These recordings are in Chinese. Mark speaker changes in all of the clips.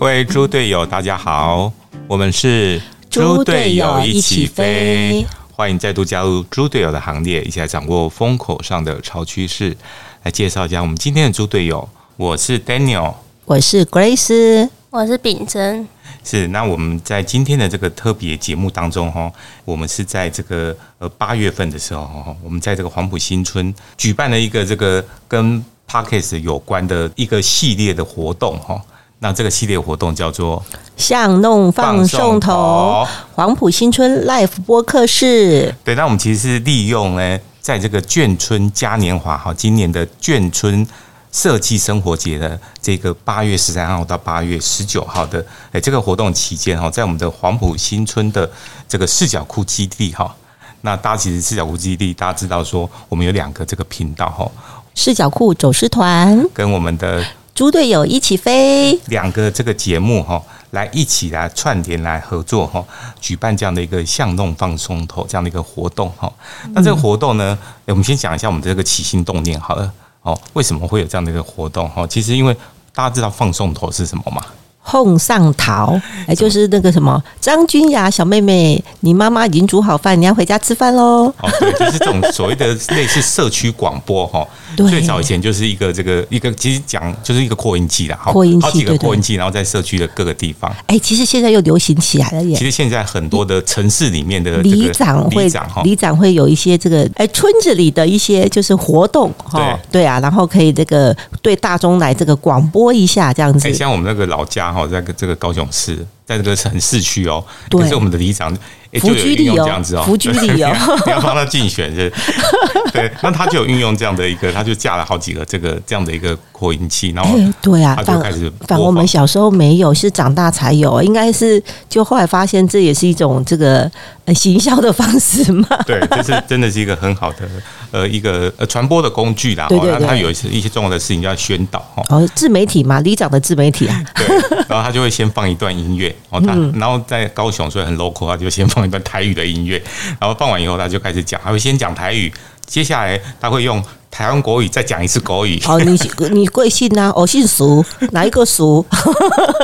Speaker 1: 位猪队友，大家好，我们是
Speaker 2: 猪队友一起飞，
Speaker 1: 欢迎再度加入猪队友的行列，一起来掌握风口上的潮趋势。来介绍一下我们今天的猪队友，我是 Daniel，
Speaker 2: 我是 Grace，
Speaker 3: 我是秉真，
Speaker 1: 是，那我们在今天的这个特别节目当中，哈，我们是在这个呃八月份的时候，哈，我们在这个黄埔新村举办了一个这个跟 Parkes 有关的一个系列的活动，哈。那这个系列活动叫做
Speaker 2: 巷弄放送头，黄埔新村 Life 播客室。
Speaker 1: 对，那我们其实是利用呢，在这个眷村嘉年华哈，今年的眷村设计生活节的这个八月十三号到八月十九号的诶这个活动期间哈，在我们的黄埔新村的这个视角库基地哈，那大家其实视角库基地大家知道说，我们有两个这个频道哈，
Speaker 2: 视角库走失团，
Speaker 1: 跟我们的。
Speaker 2: 猪队友一起飞，
Speaker 1: 两个这个节目哈，来一起来串联来合作哈，举办这样的一个巷弄放松头这样的一个活动哈。那这个活动呢，我们先讲一下我们这个起心动念好了哦，为什么会有这样的一个活动哈？其实因为大家知道放松头是什么吗？
Speaker 2: 哄上桃，哎，就是那个什么张君雅小妹妹，你妈妈已经煮好饭，你要回家吃饭喽。
Speaker 1: 哦，对， 就是这种所谓的类似社区广播哈。
Speaker 2: 对
Speaker 1: 最早以前就是一个这个一个，其实讲就是一个扩音器啦，哈
Speaker 2: 扩音器
Speaker 1: 好几个
Speaker 2: 对对
Speaker 1: 扩音器，然后在社区的各个地方。
Speaker 2: 哎，其实现在又流行起来了耶
Speaker 1: 其。实现在很多的城市里面的这个
Speaker 2: 里长会
Speaker 1: 里长哈，
Speaker 2: 里长会有一些这个哎村子里的一些就是活动哈，对啊，然后可以这个对大众来这个广播一下这样子
Speaker 1: 哎、。像我们那个老家哈，在这个高雄市，在这个很市区哦，
Speaker 2: 对
Speaker 1: 可是我们的里长。哎
Speaker 2: 福
Speaker 1: 就有
Speaker 2: 居
Speaker 1: 运用
Speaker 2: 里哦
Speaker 1: 这样子哦，
Speaker 2: 福居里哦
Speaker 1: 对你要 你要帮他竞选是，对，那他就有运用这样的一个，他就架了好几个这个这样的一个扩音器，然后
Speaker 2: 哎，对啊
Speaker 1: 哦他，就
Speaker 2: 反
Speaker 1: 开始
Speaker 2: 反
Speaker 1: 播
Speaker 2: 我们
Speaker 1: 放
Speaker 2: 小时候没有，是长大才有，应该是就后来发现这也是一种这个呃行销的方式嘛。
Speaker 1: 对，这是真的是一个很好的呃一个呃传播的工具啦。
Speaker 2: 对对
Speaker 1: 哦那
Speaker 2: 对
Speaker 1: 他有一些一些重要的事情要宣导哈，
Speaker 2: 哦，自媒体嘛，里长的自媒体啊，
Speaker 1: 对， 然后他就会先放一段音乐，哦，他
Speaker 2: 嗯
Speaker 1: 然后在高雄所以很 local，他就先放一段台语的音乐，然后放完以后他就开始讲，他会先讲台语，接下来他会用台湾国语再讲一次国 语，
Speaker 2: 哦，你你贵姓呐、啊？我姓俗，哪一个俗？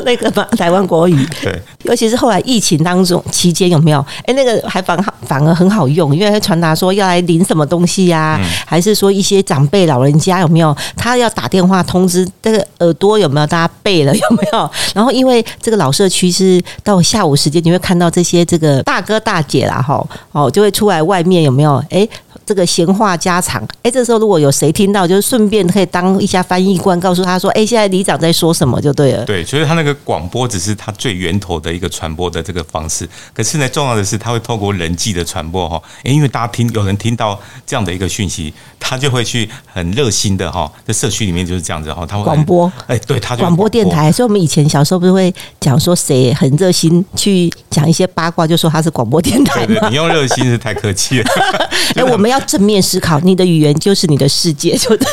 Speaker 2: 那个嘛，台湾国语。
Speaker 1: 对，
Speaker 2: 尤其是后来疫情当中期间有没有？哎、那个还反好反而很好用，因为它传达说要来领什么东西呀、还是说一些长辈老人家有没有？他要打电话通知这个耳朵有没有大家背了有没有？ 然后因为这个老社区是到下午时间，你会看到这些这个大哥大姐啦，哈哦就会出来外面有没有？哎、这个闲话家常，哎，这时候如果有谁听到，就是顺便可以当一下翻译官，告诉他说，哎，现在里长在说什么就对了。
Speaker 1: 对，所以他那个广播只是他最源头的一个传播的这个方式。可是呢，重要的是他会透过人际的传播哈，诶因为大家听有人听到这样的一个讯息，他就会去很热心的哈，在社区里面就是这样子哈，他会很
Speaker 2: 广播，
Speaker 1: 哎，对，他就
Speaker 2: 广播电。台，所以我们以前小时候不是会讲说谁很热心去讲一些八卦，就说他是广播电台
Speaker 1: 对对，
Speaker 2: 吗
Speaker 1: 你？用热心是太客气了。
Speaker 2: 哎、我们要正面思考，你的语言就是你的世界，就对。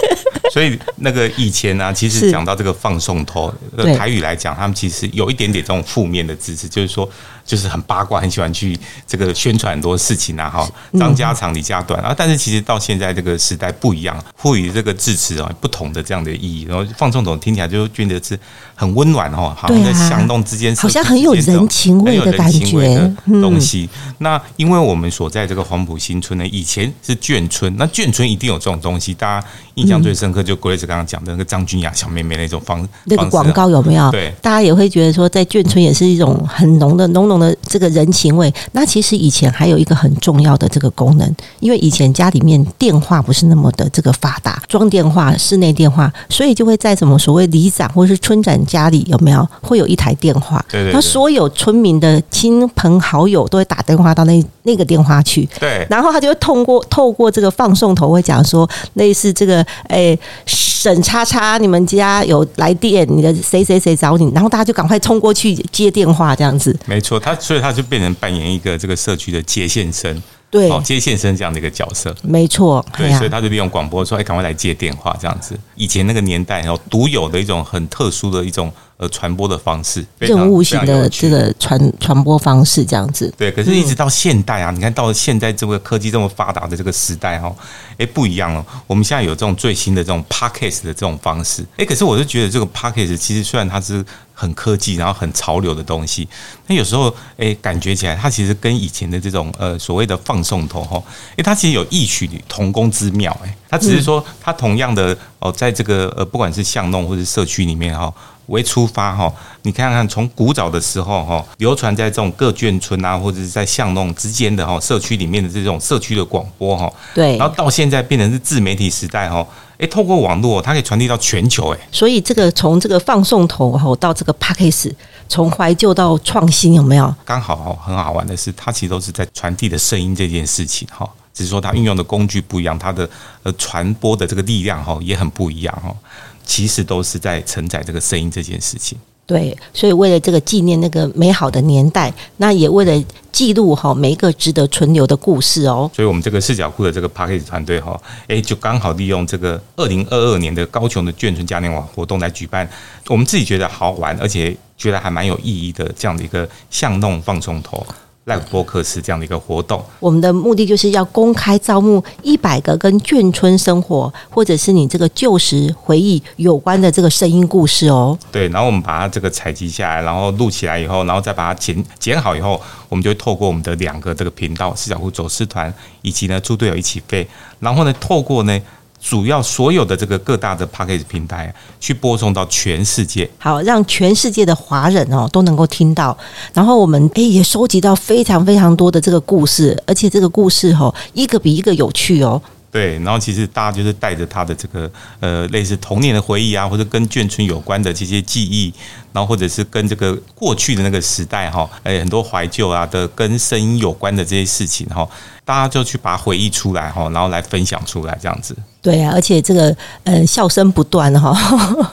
Speaker 1: 所以那个以前啊，其实
Speaker 2: 是
Speaker 1: 讲到这个放送头，呃
Speaker 2: 对
Speaker 1: 台语来讲，他们其实有一点点这种负面的字词，就是说，就是很八卦，很喜欢去这个宣传很多事情啊，哈，张
Speaker 2: 嗯
Speaker 1: 家长李家短啊。但是其实到现在这个时代不一样，赋予这个字词啊不同的这样的意义。然后放送头听起来就觉得是很温暖哦，好像
Speaker 2: 对啊
Speaker 1: 在巷弄之间，
Speaker 2: 好像
Speaker 1: 社区
Speaker 2: 很有
Speaker 1: 之间这种
Speaker 2: 人情味
Speaker 1: 很有
Speaker 2: 的感
Speaker 1: 人情味的
Speaker 2: 觉嗯
Speaker 1: 东西。那因为我们所在这个黄埔新村呢，以前是眷村，那眷村一定有这种东西，大家印象最深刻就 Grace 刚刚讲的那个张君雅小妹妹那种方啊
Speaker 2: 那个广，告有没有？
Speaker 1: 对
Speaker 2: 大家也会觉得说，在眷村也是一种很浓的、浓浓的这个人情味。那其实以前还有一个很重要的这个功能，因为以前家里面电话不是那么的这个发达，装电话、室内电话，所以就会在什么所谓里长或是村长家里有没有会有一台电话？
Speaker 1: 对对对
Speaker 2: 那所有村民的亲朋好友都会打电话到那那个电话去，
Speaker 1: 对
Speaker 2: 然后他就会通过透过这个放送头会讲说，类似这个，哎，沈叉叉，你们家有来电，你的谁谁谁找你，然后大家就赶快冲过去接电话，这样子。
Speaker 1: 没错，她所以她就变成扮演一个这个社区的接线生，
Speaker 2: 对，
Speaker 1: 哦，接线生这样的一个角色。
Speaker 2: 没错，哎
Speaker 1: 对，
Speaker 2: 呀
Speaker 1: 所以他就利用广播说：“哎，赶快来接电话，这样子。”以前那个年代哦，独有的一种很特殊的一种呃传播的方式，非常
Speaker 2: 任务性
Speaker 1: 非常
Speaker 2: 的
Speaker 1: 有趣
Speaker 2: 这个传传播方式这样子。
Speaker 1: 对，可是，一直到现代啊，你看到现在这个科技这么发达的这个时代哦，哎，不一样了。我们现在有这种最新的这种 podcast 的这种方式，哎，可是我就觉得这个 podcast 其实虽然它是很科技，然后很潮流的东西，那有时候哎，感觉起来它其实跟以前的这种呃所谓的放送头哈，哎，它其实有异曲同工之妙，哎，它只是说它同样的哦，在这个呃不管是巷弄或者社区里面哈、为出发哈，你看看从古早的时候哈，流传在这种各眷村啊，或者是在巷弄之间的哈社区里面的这种社区的广播哈，
Speaker 2: 对
Speaker 1: 然，后到现在变成是自媒体时代哈，诶，透过网络它可以传递到全球诶，
Speaker 2: 所以这个从这个放送头吼到这个 p a c k a g e 从怀旧到创新，有没有？
Speaker 1: 刚好哦很好玩的是，它其实都是在传递的声音这件事情哈。只是说它运用的工具不一样，它的呃传播的这个力量哈也很不一样哈，其实都是在承载这个声音这件事情。
Speaker 2: 对，所以为了这个纪念那个美好的年代，那也为了记录哈每一个值得存留的故事哦。
Speaker 1: 所以我们这个视角库的这个 p a c k a g e 团队哈，哎，就刚好利用这个二零二二年的高雄的眷村嘉年华活动来举办，我们自己觉得好玩，而且觉得还蛮有意义的这样的一个巷弄放松头 live 播客式这样的一个活动。
Speaker 2: 我们的目的就是要公开招募一百个跟眷村生活或者是你这个旧时回忆有关的这个声音故事哦。
Speaker 1: 对，然后我们把它这个采集下来，然后录起来以后，然后再把它剪剪好以后，我们就会透过我们的两个这个频道视角库走私团以及呢猪队友一起飞，然后呢透过呢主要所有的这个各大的 p a c k a g e 平台去播送到全世界。
Speaker 2: 好，让全世界的华人哦都能够听到。然后我们诶、也收集到非常非常多的这个故事，而且这个故事哦一个比一个有趣哦。
Speaker 1: 对，然后其实大家就是带着他的这个呃类似童年的回忆啊，或者跟眷村有关的这些记忆，然后或者是跟这个过去的那个时代哈，哎很多怀旧啊的跟声音有关的这些事情哈，大家就去把它回忆出来哈，然后来分享出来这样子。
Speaker 2: 对啊，而且这个呃笑声不断哈、 哦，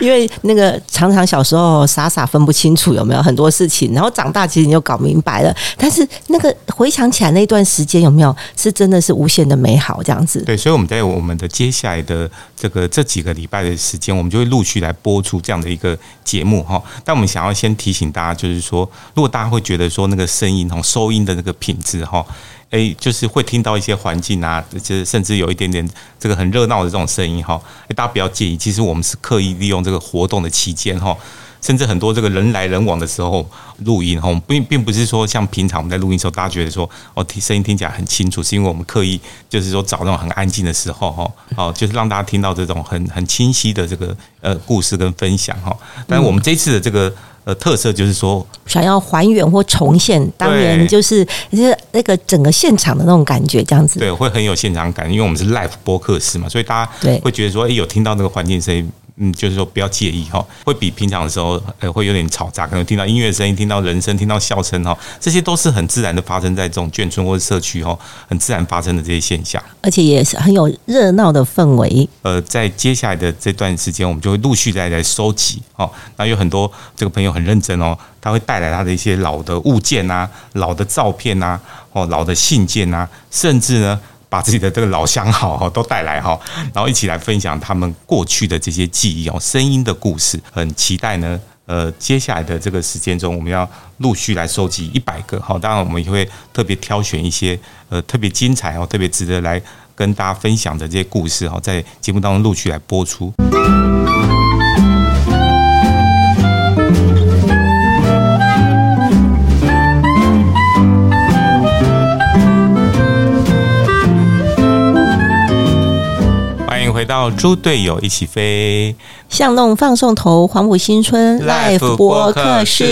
Speaker 2: 因为那个常常小时候傻傻分不清楚有没有很多事情，然后长大其实你就搞明白了，但是那个回想起来那段时间有没有是真的是无限的美好这样子。
Speaker 1: 对，所以我们在我们的接下来的这个这几个礼拜的时间，我们就会陆续来播出这样的一个节目哈。但我们想要先提醒大家，就是说，如果大家会觉得说那个声音哦，收音的那个品质哈。诶，就是会听到一些环境啊，就是甚至有一点点这个很热闹的这种声音哈，诶大家不要介意。其实我们是刻意利用这个活动的期间哈，甚至很多这个人来人往的时候录音哈，我们并并不是说像平常我们在录音的时候，大家觉得说哦听声音听起来很清楚，是因为我们刻意就是说找那种很安静的时候哈，哦就是让大家听到这种很很清晰的这个呃故事跟分享哈。但是我们这一次的这个呃特色就是说，
Speaker 2: 想要还原或重现当年就是就是那个整个现场的那种感觉这样子。
Speaker 1: 对，会很有现场感，因为我们是 live 播客室嘛，所以大
Speaker 2: 对
Speaker 1: 家会觉得说，哎、有听到那个环境声音。嗯，就是说不要介意哈，哦会比平常的时候，呃，会有点嘈杂，可能听到音乐声音、听到人声、听到笑声哈，这些都是很自然的发生在这种眷村或者社区哈，很自然发生的这些现象。
Speaker 2: 而且也是很有热闹的氛围。
Speaker 1: 呃，在接下来的这段时间，我们就会陆续再来收集哦。那有很多这个朋友很认真哦，他会带来他的一些老的物件啊、老的照片啊、哦、老的信件啊，甚至呢。把自己的这个老相好哦都带来哈，然后一起来分享他们过去的这些记忆哦，声音的故事，很期待呢。呃，接下来的这个时间中，我们要陆续来收集一百个哈，当然我们也会特别挑选一些呃特别精彩哦，特别值得来跟大家分享的这些故事哈，在节目当中陆续来播出。欢迎回到猪队友一起飞，
Speaker 2: 巷弄放送头黄埔新村
Speaker 1: Live
Speaker 2: Live 播客室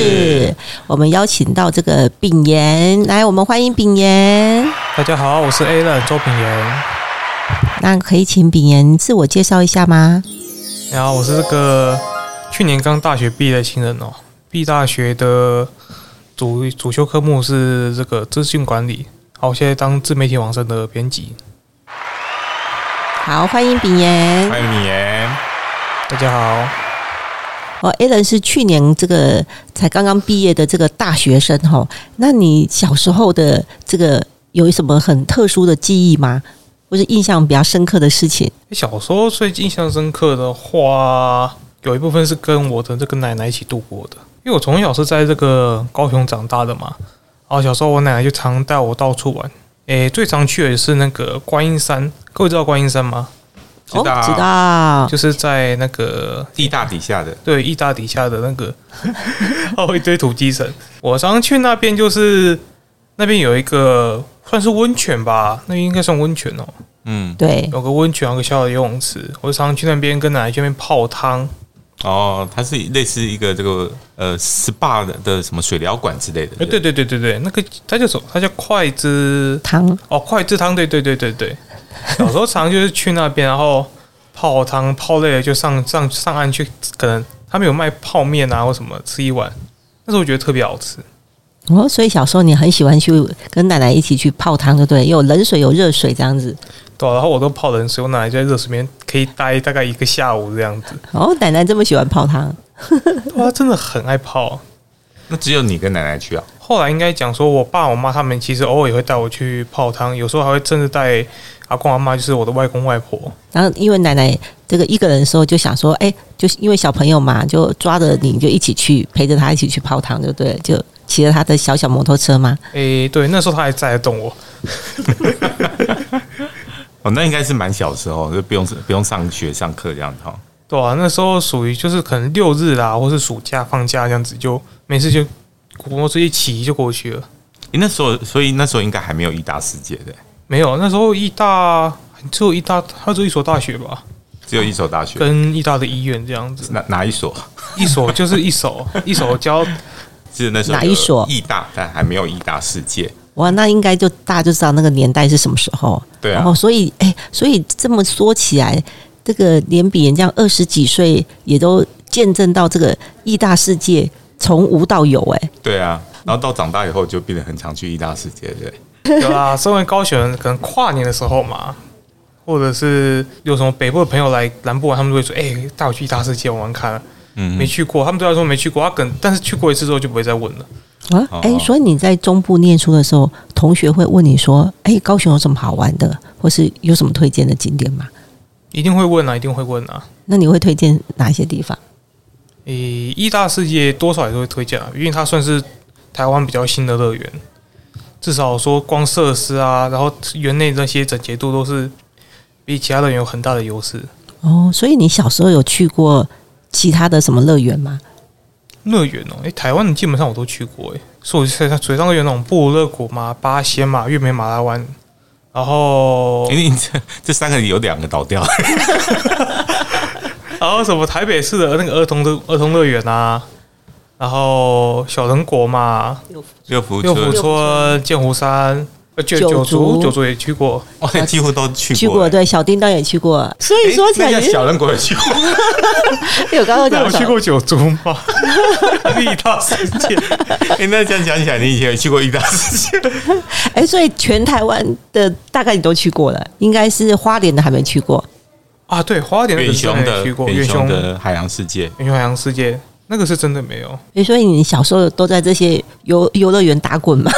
Speaker 1: 室，
Speaker 2: 我们邀请到这个炳炎来，我们欢迎炳炎。
Speaker 3: 大家好，我是 Alan 周品言，
Speaker 2: 那可以请炳炎自我介绍一下吗？
Speaker 3: 然后我是这个去年刚大学毕业的新人哦。毕大学的主主修科目是这个资讯管理，好，我现在当自媒体网站的编辑。
Speaker 2: 好，欢迎炳炎。
Speaker 1: 欢迎你耶！
Speaker 3: 大家好，
Speaker 2: 哦 a l a n 是去年这个才刚刚毕业的这个大学生哈。那你小时候的这个有什么很特殊的记忆吗？或是印象比较深刻的事情？
Speaker 3: 小时候最印象深刻的话，有一部分是跟我的这个奶奶一起度过的，因为我从小是在这个高雄长大的嘛，然后小时候我奶奶就常带我到处玩，诶，最常去的是那个观音山，各位知道观音山吗？
Speaker 1: 哦知道
Speaker 2: 哦知道，
Speaker 3: 就是在那个
Speaker 1: 地大底下的，
Speaker 3: 对，义大底下的那个，还有一堆土鸡神。我常常去那边，就是那边有一个算是温泉吧，那边应该算温泉哦，
Speaker 1: 嗯，
Speaker 2: 对，
Speaker 3: 有个温泉，有个小小的游泳池。我常常去那边跟奶奶去那边泡汤，
Speaker 1: 哦，它是类似一个这个呃 SPA 的的什么水疗馆之类的，
Speaker 3: 哎，对对对对对，那个它叫什么？它叫筷子
Speaker 2: 汤
Speaker 3: 哦，筷子汤，对对对对对。小时候常就是去那边，然后泡汤，泡累了就上上上岸去，可能他们有卖泡面啊或什么，吃一碗。那时候我觉得特别好吃，
Speaker 2: 哦，所以小时候你很喜欢去跟奶奶一起去泡汤，对不对？有冷水，有热水这样子。
Speaker 3: 对啊、然后我都泡冷水，我奶奶就在热水里面可以待大概一个下午这样子。
Speaker 2: 哦，奶奶这么喜欢泡汤，
Speaker 3: 哇，真的很爱泡。
Speaker 1: 那只有你跟奶奶去啊？
Speaker 3: 后来应该讲说，我爸我妈他们其实偶尔也会带我去泡汤，有时候还会甚至带阿公阿妈，就是我的外公外婆。
Speaker 2: 然后因为奶奶这个一个人的时候，就想说，哎、就是因为小朋友嘛，就抓着你就一起去陪着他一起去泡汤，对不对？就骑着他的小小摩托车嘛，
Speaker 3: 诶、对，那时候他还在得动我。
Speaker 1: 哦，那应该是蛮小时候，就不用不用上学上课这样子哈。
Speaker 3: 对啊，那时候属于就是可能六日啦，或是暑假放假这样子，就每次就古摩托一骑就过去了。
Speaker 1: 诶那时候，所以那时候应该还没有一大世界的，
Speaker 3: 没有，那时候义大只有义大，它只有一所大学吧，
Speaker 1: 只有一所大学，
Speaker 3: 跟义大的医院这样子，
Speaker 1: 哪哪一所？
Speaker 3: 一所就是一所，一所教
Speaker 1: 是那时候
Speaker 2: 哪一所
Speaker 1: 义大，但还没有义大世界。
Speaker 2: 哇，那应该就大家就知道那个年代是什么时候。
Speaker 1: 对
Speaker 2: 然
Speaker 1: 啊
Speaker 2: 后，，所以，哎、所以这么说起来，这个连比人家二十几岁也都见证到这个义大世界从无到有、哎，
Speaker 1: 对啊。然后到长大以后就变得很常去义大世界，对。
Speaker 3: 对啊，身为高雄人，可能跨年的时候嘛，或者是有什么北部的朋友来南部玩，他们都会说：“哎、带我去大世界玩玩看。”啊
Speaker 1: 嗯
Speaker 3: 没去过，他们对他说没去过，啊他可能但是去过一次之后就不会再问了。
Speaker 2: 啊
Speaker 1: 哦，
Speaker 2: 哎、所以你在中部念书的时候，同学会问你说，哎、高雄有什么好玩的，或是有什么推荐的景点吗？
Speaker 3: 一定会问啊，一定会问啊。
Speaker 2: 那你会推荐哪些地方？
Speaker 3: 诶、一大世界多少也都会推荐啊，因为它算是台湾比较新的乐园，至少说光设施啊，然后园内那些整洁度都是比其他乐园有很大的优势。
Speaker 2: 哦，所以你小时候有去过其他的什么乐园吗？
Speaker 3: 乐园哦，诶，台湾的基本上我都去过，诶，所以我水上水上乐园那种布鲁勒谷嘛、八仙嘛、月美马拉湾，然后
Speaker 1: 哎、你这这三个有两个倒掉，
Speaker 3: 然后什么台北市的那个儿童的儿童乐园啊，然后小人国嘛、
Speaker 1: 六福
Speaker 3: 六福
Speaker 1: 村，
Speaker 3: 村、剑湖山、呃九
Speaker 2: 九族
Speaker 3: 九族九族也去过，
Speaker 1: 哇，哦几乎都去过、哎
Speaker 2: 去过，对，小叮当也去过。所
Speaker 1: 诶
Speaker 2: 以说起来
Speaker 1: 那
Speaker 2: 你
Speaker 1: 家
Speaker 2: 是，
Speaker 1: 小人国有去过，
Speaker 2: 哎我刚刚
Speaker 3: 那
Speaker 2: 讲
Speaker 3: 有去
Speaker 2: 什么
Speaker 3: 过九族吗？ 力大世界，
Speaker 1: 哎、那这样讲起来，你以前有去过意大利？
Speaker 2: 哎、所以全台湾的大概你都去过了，应该是花莲的还没去过。
Speaker 3: 啊， 对，花莲那个
Speaker 1: 远
Speaker 3: 是真
Speaker 1: 雄
Speaker 3: 没
Speaker 1: 的
Speaker 3: 去过，
Speaker 1: 远
Speaker 3: 远
Speaker 1: 雄
Speaker 3: 雄
Speaker 1: 的海洋世界，
Speaker 3: 远雄海洋世界那个是真的没有
Speaker 2: 所以你小时候都在这些游游乐园打滚嘛，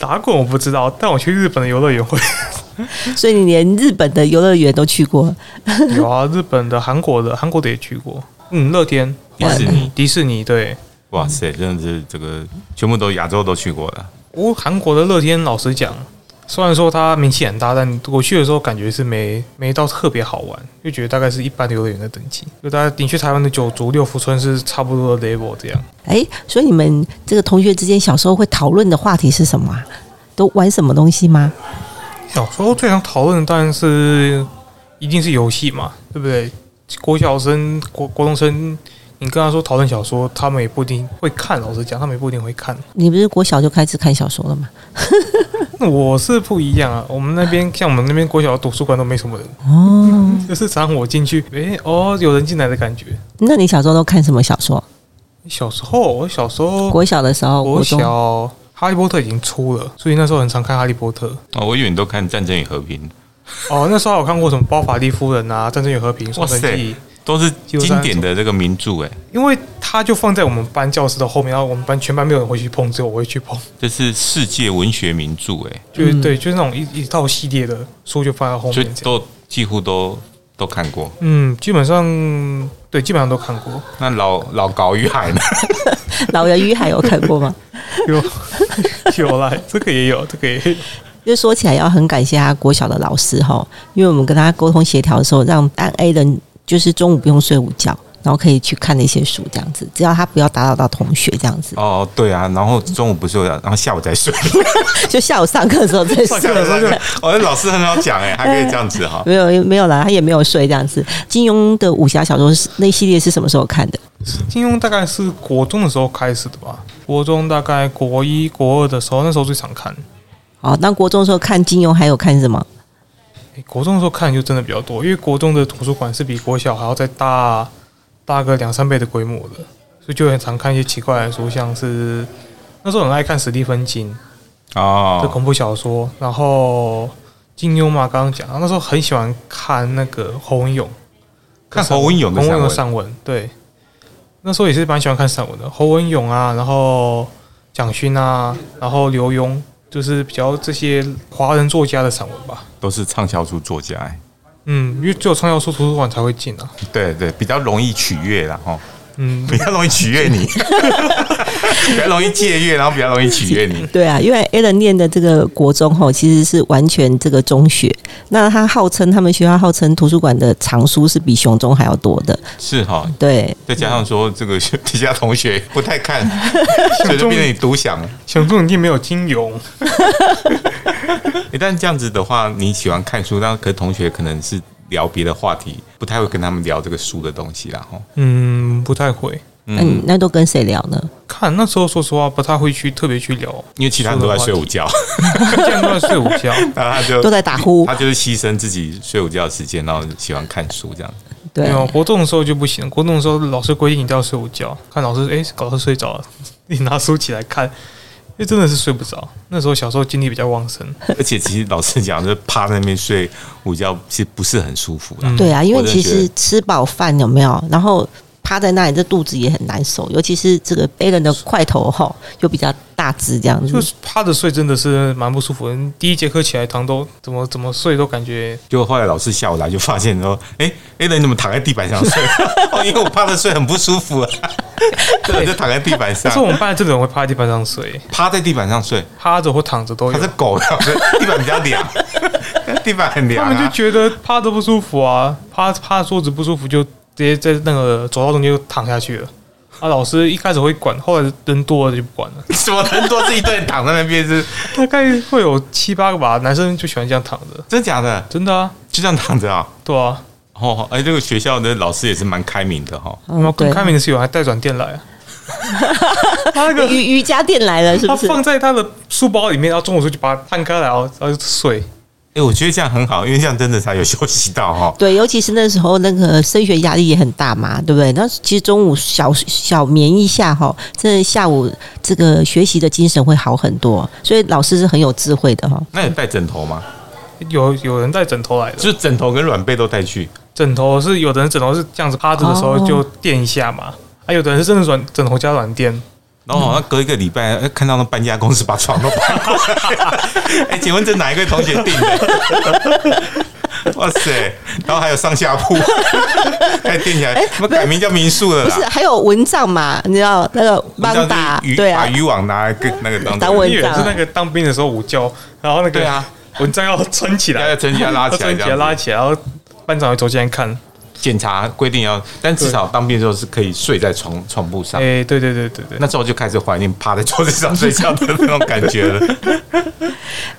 Speaker 3: 打滚我不知道，但我去日本的游乐园会
Speaker 2: 所以你连日本的游乐园都去过。
Speaker 3: 有啊，日本的、韩国的、韩国的也去过，嗯，乐天、
Speaker 1: 迪士尼，
Speaker 3: 迪士尼对。
Speaker 1: 哇塞，真的是这个全部都亚洲都去过了。
Speaker 3: 我哦韩国的乐天，老实讲，虽然说它名气很大，但我去的时候感觉是没没到特别好玩，就觉得大概是一般的游乐园的等级。就大家你去台湾的九族、六福村是差不多的 level 这样。
Speaker 2: 哎，所以你们这个同学之间小时候会讨论的话题是什么、啊？都玩什么东西吗？
Speaker 3: 小时候最想讨论的当然是一定是游戏嘛，对不对？国小生、国国中生，你跟他说讨论小说，他们也不一定会看。老实讲，他们也不一定会看。
Speaker 2: 你不是国小就开始看小说了吗？
Speaker 3: 那我是不一样啊，我们那边像我们那边国小图书馆都没什么人，
Speaker 2: 哦，
Speaker 3: 就是常常我进去，诶、哦，有人进来的感觉。
Speaker 2: 那你小时候都看什么小说？
Speaker 3: 小时候，我小时候
Speaker 2: 国小的时候，
Speaker 3: 国
Speaker 2: 国中
Speaker 3: 小《哈利波特》已经出了，所以那时候很常看《哈利波特》。
Speaker 1: 哦，我以为你都看《战争与和平》，
Speaker 3: 哦，那时候还有看过什么《包法利夫人》啊，《战争与和平》《双城
Speaker 1: 哇
Speaker 2: 哦
Speaker 1: 塞
Speaker 3: 记》，
Speaker 1: 都是经典的这个名著，哎，
Speaker 3: 因为它就放在我们班教室的后面，然后我们班全班没有人会去碰，只有我会去碰。
Speaker 2: 嗯
Speaker 1: 这是世界文学名著，哎，
Speaker 3: 哦就是、对，就是那种一一套系列的书就放在后
Speaker 1: 所以
Speaker 3: 面这样。
Speaker 1: 都几乎都都看过。
Speaker 3: 嗯，基本上对，基本上都看过。
Speaker 1: 那老老高与海呢？
Speaker 2: 老人与海有看过吗？
Speaker 3: 有 有啦，这个也有，这个也有。
Speaker 2: 就说起来要很感谢他国小的老师哈，因为我们跟他沟通协调的时候，让让 A 人就是中午不用睡午觉，然后可以去看那些书这样子，只要他不要打扰到同学这样子，
Speaker 1: 哦，对啊，然后中午不睡，然后下午再睡，
Speaker 2: 就下午上课的时候再 睡。
Speaker 1: 下午的时候就，哦，老师很好讲哎，还可以这样子 哈。
Speaker 2: 没有没有啦，他也没有睡这样子。金庸的武侠小说是那系列是什么时候看的？
Speaker 3: 金庸大概是国中的时候开始的吧，国中大概国一、国二的时候，那时候最常看。
Speaker 2: 哦，那国中的时候看金庸，还有看什么？
Speaker 3: 诶国中的时候看就真的比较多，因为国中的图书馆是比国小还要再大大个两三倍的规模的，所以就很常看一些奇怪的书，像是那时候很爱看史蒂芬金的
Speaker 1: 哦，
Speaker 3: 恐怖小说，然后金庸嘛，刚刚讲，然后那时候很喜欢看那个侯文勇，
Speaker 1: 看侯文勇的
Speaker 3: 侯文
Speaker 1: 散
Speaker 3: 勇的
Speaker 1: 文，
Speaker 3: 散文，对，那时候也是蛮喜欢看散文的，侯文勇啊，然后蒋勋啊，然后刘墉，就是比较这些华人作家的散文吧。
Speaker 1: 都是畅销书作家哎。
Speaker 3: 嗯，因为只有畅销书图书馆才会进啊。
Speaker 1: 对对，比较容易取悦啦哈，
Speaker 3: 嗯，
Speaker 1: 比较容易取悦 你，比较容易借阅，然后比较容易取悦 你。
Speaker 2: 对啊，因为 Alan 念的这个国中吼，其实是完全这个中学。那他号称他们学校号称图书馆的藏书是比熊中还要多的，
Speaker 1: 是哈，
Speaker 2: 对。
Speaker 1: 再加上说这个底下同学 不太 看，所以就变成你独享。
Speaker 3: 想中一定没有金庸，
Speaker 1: 诶但这样子的话，你喜欢看书，但可是同学可能是聊别的话题，不太会跟他们聊这个书的东西啦。哈，
Speaker 3: 嗯，不太会
Speaker 2: 嗯，那都跟谁聊呢？
Speaker 3: 看。那时候说实话，不太会去特别去聊，
Speaker 1: 因为其他人都在睡午觉，
Speaker 3: 既然都在睡午觉，
Speaker 1: 然后 他
Speaker 3: 呃
Speaker 1: 就
Speaker 2: 嗯都在打呼
Speaker 1: 他就是牺牲自己睡午觉的时间，然后喜欢看书这样子。
Speaker 2: 对
Speaker 3: 没，有国啊中的时候就不行。国中的时候，老师规定一定要睡午觉，看老师哎、老师睡着了， 你拿书起来看，因为真的是睡不着。那时候小时候精力比较旺盛，
Speaker 1: 而且其实老实讲，就是趴在那边睡午觉，其实不是很舒服啦。
Speaker 3: 嗯
Speaker 2: 对啊，因为
Speaker 1: 我真
Speaker 2: 其
Speaker 1: 的觉
Speaker 2: 实吃饱饭有没有，然后趴在那里，这肚子也很难受，尤其是这个 Alan 的块头吼，又比较大只这样
Speaker 3: 就
Speaker 2: 子。
Speaker 3: 是趴着睡真的是蛮不舒服的。第一节课起来，堂都怎么怎么睡都感觉
Speaker 1: 就后来老师下午来就发现说， 哎、哎，人你怎么躺在地板上睡？ 哦，因为我趴着睡很不舒服啊，对， 我就躺在地板
Speaker 3: 但是我
Speaker 1: 上，
Speaker 3: 们班这种会趴在地板上睡，
Speaker 1: 趴在地板上睡，
Speaker 3: 趴着或躺着都
Speaker 1: 它
Speaker 3: 有
Speaker 1: 是。狗啊，地板比较凉， 地板很凉
Speaker 3: 他们就
Speaker 1: 啊。
Speaker 3: 觉得趴着不舒服啊，趴趴桌子不舒服，就直接在那个走道中间就躺下去了。啊，老师一开始会管，后来人多了就不管了。
Speaker 1: 什么人多是一堆人躺在那边是
Speaker 3: 大概会有七八个吧，男生就喜欢这样躺着，
Speaker 1: 真假的？
Speaker 3: 真的啊，
Speaker 1: 就这样躺着啊？
Speaker 3: 对啊。
Speaker 1: 哦，哎、这个学校的老师也是蛮开明的哈、哦。
Speaker 3: 然后
Speaker 2: 嗯对
Speaker 3: 更，开明的是有还带转电来啊，他那个
Speaker 2: 瑜瑜伽垫来了是
Speaker 3: 他
Speaker 2: 不是？
Speaker 3: 放在他的书包里面，然后中午时候就把它摊开来，然后然后就睡。
Speaker 1: 哎、我觉得这样很好，因为这样真的才有休息到哈、哦。
Speaker 2: 对，尤其是那时候那个升学压力也很大嘛，对不对？那其实中午小小眠一下哈，这下午这个学习的精神会好很多，所以老师是很有智慧的哈。
Speaker 1: 那你带枕头吗？
Speaker 3: 有有人带枕头来的，
Speaker 1: 就是枕头跟软被都带去。
Speaker 3: 枕头是有的人枕头是这样子趴着的时候
Speaker 2: 哦
Speaker 3: 就垫一下嘛，啊，有的人是真的软枕头加软垫，
Speaker 1: 然后好像隔一个礼拜，哎看到那搬家公司把床都搬 过来。哎，请问这哪一个同学订的？ 哇塞！然后还有上下铺，还订起来，那改名叫民宿了
Speaker 2: 哎不是，
Speaker 1: 啦。
Speaker 2: 还有蚊帐嘛？你知道那个邦达
Speaker 1: 啊你知道就是渔
Speaker 2: 对啊
Speaker 1: 把，渔网拿来跟那个当
Speaker 2: 当
Speaker 1: 作
Speaker 2: 蚊
Speaker 3: 你以为
Speaker 2: 帐
Speaker 3: 是那个当兵的时候午觉，然后那个
Speaker 1: 对啊，
Speaker 3: 蚊帐要撑起
Speaker 1: 要
Speaker 3: 来
Speaker 1: 要，撑起来拉
Speaker 3: 要
Speaker 1: 起来这
Speaker 3: 撑起来
Speaker 1: 样子。
Speaker 3: 拉起来，然后班长会走进来看，
Speaker 1: 检查规定要，但至少当兵的时候是可以睡在床床铺上。
Speaker 3: 哎，对对对对对，
Speaker 1: 那时候就开始怀念趴在桌子上睡觉的那种感觉 了。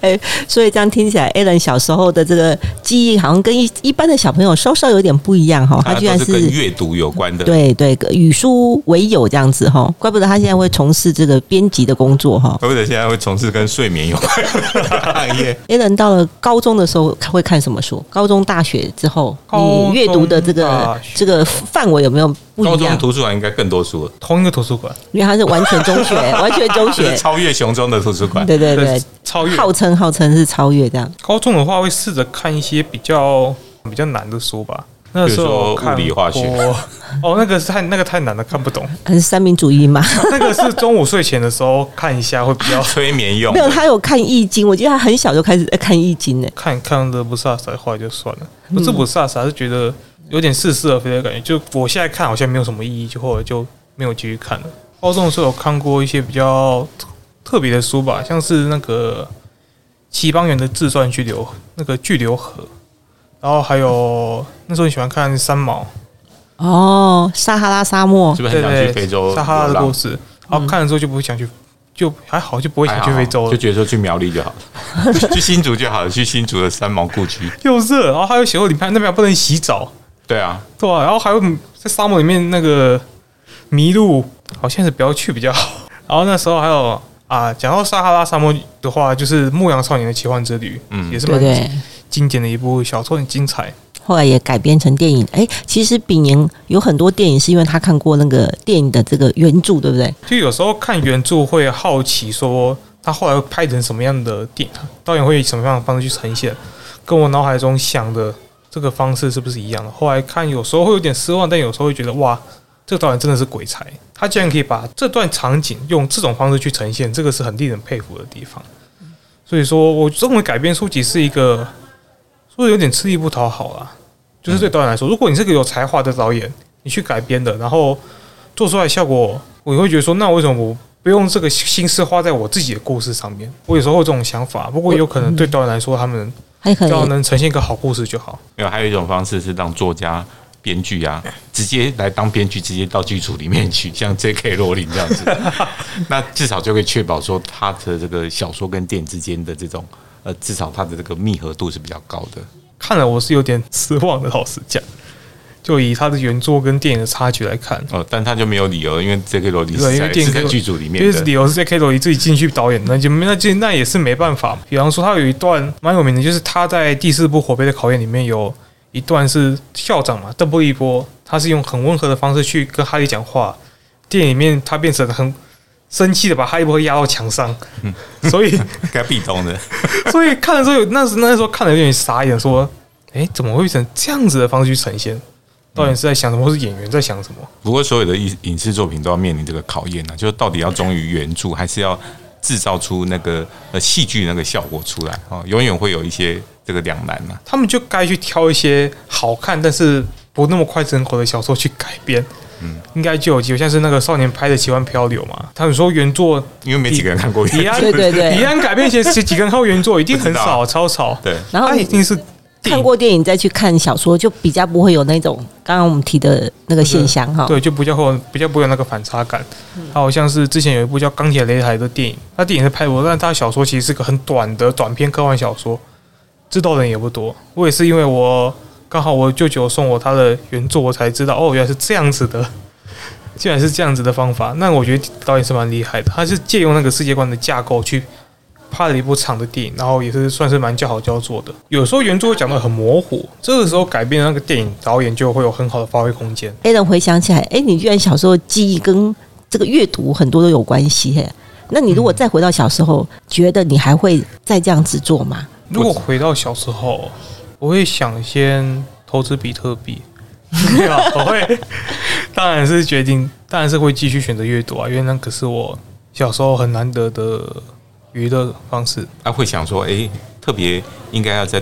Speaker 2: 哎、所以这样听起来，Alan 小时候的这个记忆好像跟一一般的小朋友稍稍有点不一样哈，他
Speaker 1: 它
Speaker 2: 居
Speaker 1: 啊都是
Speaker 2: 然是
Speaker 1: 跟阅读有关的。
Speaker 2: 对对与书为友这样子哈，怪不得他现在会从事这个编辑的工作哈。
Speaker 1: 怪不得现在会从事跟睡眠有 关的 行业。
Speaker 2: Alan 到了高中的时候会看什么书？高中、大学之后，你阅读的这
Speaker 3: 高中
Speaker 2: 个
Speaker 3: 大学
Speaker 2: 这个范围有没有不
Speaker 1: 高
Speaker 2: 一
Speaker 1: 中
Speaker 2: 样？
Speaker 1: 图书馆应该更多书了，
Speaker 3: 同一个图书馆，
Speaker 2: 因为他是完全中 学，完全中
Speaker 1: 就是
Speaker 2: 学，
Speaker 1: 超越熊中的图书馆。
Speaker 2: 对对对，
Speaker 3: 超越
Speaker 2: 号称号称是超越这样。
Speaker 3: 高中的话会试着看一些比较比较难的书吧，那时
Speaker 1: 比
Speaker 3: 候
Speaker 1: 如说物理
Speaker 3: 看
Speaker 1: 化学
Speaker 3: 过哦，那个是太那个太难了，看不懂。
Speaker 2: 还是三民主义 嘛？
Speaker 3: 那个是中午睡前的时候看一下会比较
Speaker 1: 催眠用
Speaker 2: 没有，他有看易经，我记得他很小就开始在看易经呢。
Speaker 3: 看看的不飒飒，后来就算了。不是不飒飒，是觉得有点似是而非的感觉。就我现在看好像没有什么意义，就后来就没有继续看了。高中的时候有看过一些比较特特别的书吧，像是那个齐邦媛的自传巨流那个巨流河，然后还有那时候你喜欢看三毛，
Speaker 2: 哦，撒哈拉沙漠
Speaker 1: 是，不是
Speaker 3: 对
Speaker 1: 很想
Speaker 3: 对，
Speaker 1: 去非洲
Speaker 3: 撒哈拉
Speaker 1: 流
Speaker 3: 的
Speaker 1: 浪
Speaker 3: 故事，然后看了之后就不会想去，就还好就不会
Speaker 1: 还
Speaker 3: 想
Speaker 1: 好
Speaker 3: 去非洲了
Speaker 1: 就。觉得说去苗栗就好 了，去新竹就好了，去新竹的三毛故居。
Speaker 3: 又热，然后还有写后你看那边还不能洗澡，
Speaker 1: 对啊，
Speaker 3: 对啊，然后还有在沙漠里面那个迷路，好像是不要去比较好。 然后那时候还有啊，讲到撒哈拉沙漠的话，就是《牧羊少年的奇幻之旅》，
Speaker 1: 嗯
Speaker 3: 也是
Speaker 2: 对
Speaker 3: 蛮
Speaker 2: 不对？
Speaker 3: 经典的一部小说，很精彩。
Speaker 2: 后来也改编成电影。哎，其实炳宁有很多电影是因为他看过那个电影的这个原著，对不对？
Speaker 3: 就有时候看原著会好奇说，他后来会拍成什么样的电影，导演会以什么样的方式去呈现，跟我脑海中想的这个方式是不是一样的？后来看有时候会有点失望，但有时候会觉得哇，这个导演真的是鬼才，他竟然可以把这段场景用这种方式去呈现，这个是很令人佩服的地方。所以说，我认为改编书籍是一个，说有点吃力不讨好啦。就是对导演来说，如果你是个有才华的导演，你去改编的，然后做出来的效果，我会觉得说，那为什么我不用这个心思花在我自己的故事上面？我有时候会有这种想法，不过有可能对导演来说，他们
Speaker 2: 他也可
Speaker 3: 只要
Speaker 2: 能
Speaker 3: 能呈现一个好故事就好。
Speaker 1: 没有，还有一种方式是让作家、编剧啊，直接来当编剧，直接到剧组里面去， 像 J.K. 罗琳这样子，那至少就可以确保说他的这个小说跟电影之间的这种。呃，至少它的这个密合度是比较高的。
Speaker 3: 看了我是有点失望的，老实讲。就以他的原作跟电影的差距来看，
Speaker 1: 呃，但他就没有理由，因为 J.K. 罗琳
Speaker 3: 对，
Speaker 1: 是
Speaker 3: 因为
Speaker 1: 在
Speaker 3: 电
Speaker 1: 是
Speaker 3: 影
Speaker 1: 在剧组里面
Speaker 3: 因
Speaker 1: 的
Speaker 3: 为理，由是 J.K. 罗琳自己进去导演，那就没那就那也是没办法。比方说，他有一段蛮有名的，就是他在第四部《火杯的考验》里面有一段是校长嘛，邓布利多，他是用很温和的方式去跟哈利讲话，电影里面他变成很生气的把哈利波特压到墙上，
Speaker 1: 嗯
Speaker 3: 所以
Speaker 1: 该壁咚的。
Speaker 3: 所以看的时候有那时那时候看的有点傻眼，说，哎、怎么会变成这样子的方式去呈现？导演是在想什么，或是演员在想什么？
Speaker 1: 不过，所有的影影视作品都要面临这个考验呢、啊，就是到底要忠于原著，还是要制造出那个呃戏剧那个效果出来哦，永远会有一些这个两难啊嘛、
Speaker 3: 他们就该去挑一些好看但是不那么脍炙人口的小说去改编，嗯，应该就有机会。像是那个少年拍的《奇幻漂流》嘛，他们说原作
Speaker 1: 因为没几个人看过原
Speaker 3: 李
Speaker 1: 著。
Speaker 3: 安
Speaker 2: 对对对
Speaker 3: 李安改编前十几个人看过原作，一定很少，超少。
Speaker 1: 对，
Speaker 2: 然后
Speaker 3: 他一定是
Speaker 2: 看过电影再去看小说，就比较不会有那种刚刚我们提的那个现象哈。
Speaker 3: 对，就比较会有比较不会有那个反差感。还有像是之前有一部叫《钢铁擂台》的电影，那电影是拍过，但它小说其实是个很短的短篇科幻小说，知道的人也不多。我也是因为我刚好我舅舅送我他的原作，我才知道哦，原来是这样子的， 竟然是这样子的方法。那我觉得导演是蛮厉害的，他是借用那个世界观的架构去。拍了一部长的电影，然后也是算是蛮叫好叫座的。有时候原作讲的很模糊，这个时候改编的那个电影导演就会有很好的发挥空间。
Speaker 2: a l n 回想起来，哎、你居然小时候记忆跟这个阅读很多都有关系嘿。那你如果再回到小时候，觉得你还会再这样子做吗？
Speaker 3: 如果回到小时候，我会想先投资比特币，没有，我会当然是决定，当然是会继续选择阅读啊，因为那可是我小时候很难得的娱乐方式。
Speaker 1: 他、啊会想说，诶，特别应该要再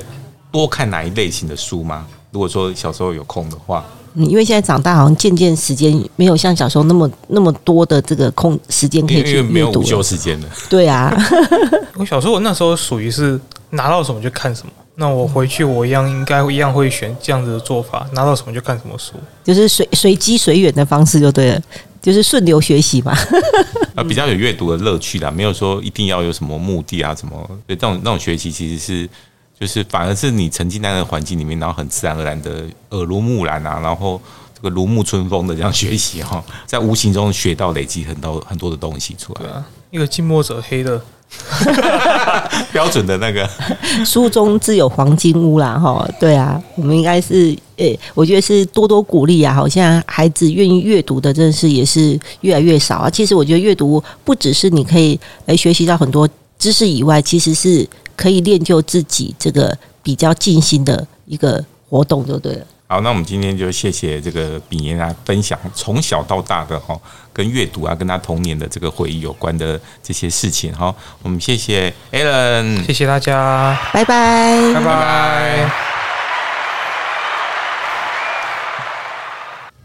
Speaker 1: 多看哪一类型的书吗？如果说小时候有空的话，
Speaker 2: 嗯，因为现在长大，好像渐渐时间没有像小时候那么那么多的这个空时间可
Speaker 1: 因
Speaker 2: 以
Speaker 1: 为因
Speaker 2: 去
Speaker 1: 为没
Speaker 2: 阅
Speaker 1: 有
Speaker 2: 读
Speaker 1: 午休
Speaker 2: 了。
Speaker 1: 时间了，
Speaker 2: 对啊，
Speaker 3: 我小时候那时候属于是拿到什么就看什么，那我回去我一样应该一样会选这样子的做法，拿到什么就看什么书。
Speaker 2: 就是随随机随缘的方式就对了，就是顺流学习嘛。
Speaker 1: 啊，比较有阅读的乐趣啦，没有说一定要有什么目的啊，什么，对，这种那种学习其实是，就是反而是你沉浸在那个环境里面，然后很自然而然的耳濡目染啊，然后这个如沐春风的这样学习哈、 在无形中学到累积很多很多的东西出来，
Speaker 3: 一个近墨者黑的，
Speaker 1: 标准的那个
Speaker 2: 书中自有黄金屋啦，哈，对啊，我们应该是，诶、我觉得是多多鼓励啊，好像孩子愿意阅读的，真的是也是越来越少啊。其实我觉得阅读不只是你可以诶、学习到很多知识以外，其实是可以练就自己这个比较静心的一个活动，就对了。
Speaker 1: 好，那我们今天就谢谢这个炳言啊，分享从小到大的哈、跟阅读啊，跟他童年的这个回忆有关的这些事情哈、我们谢谢 Alan，
Speaker 3: 谢谢大家，
Speaker 2: 拜拜
Speaker 3: 拜拜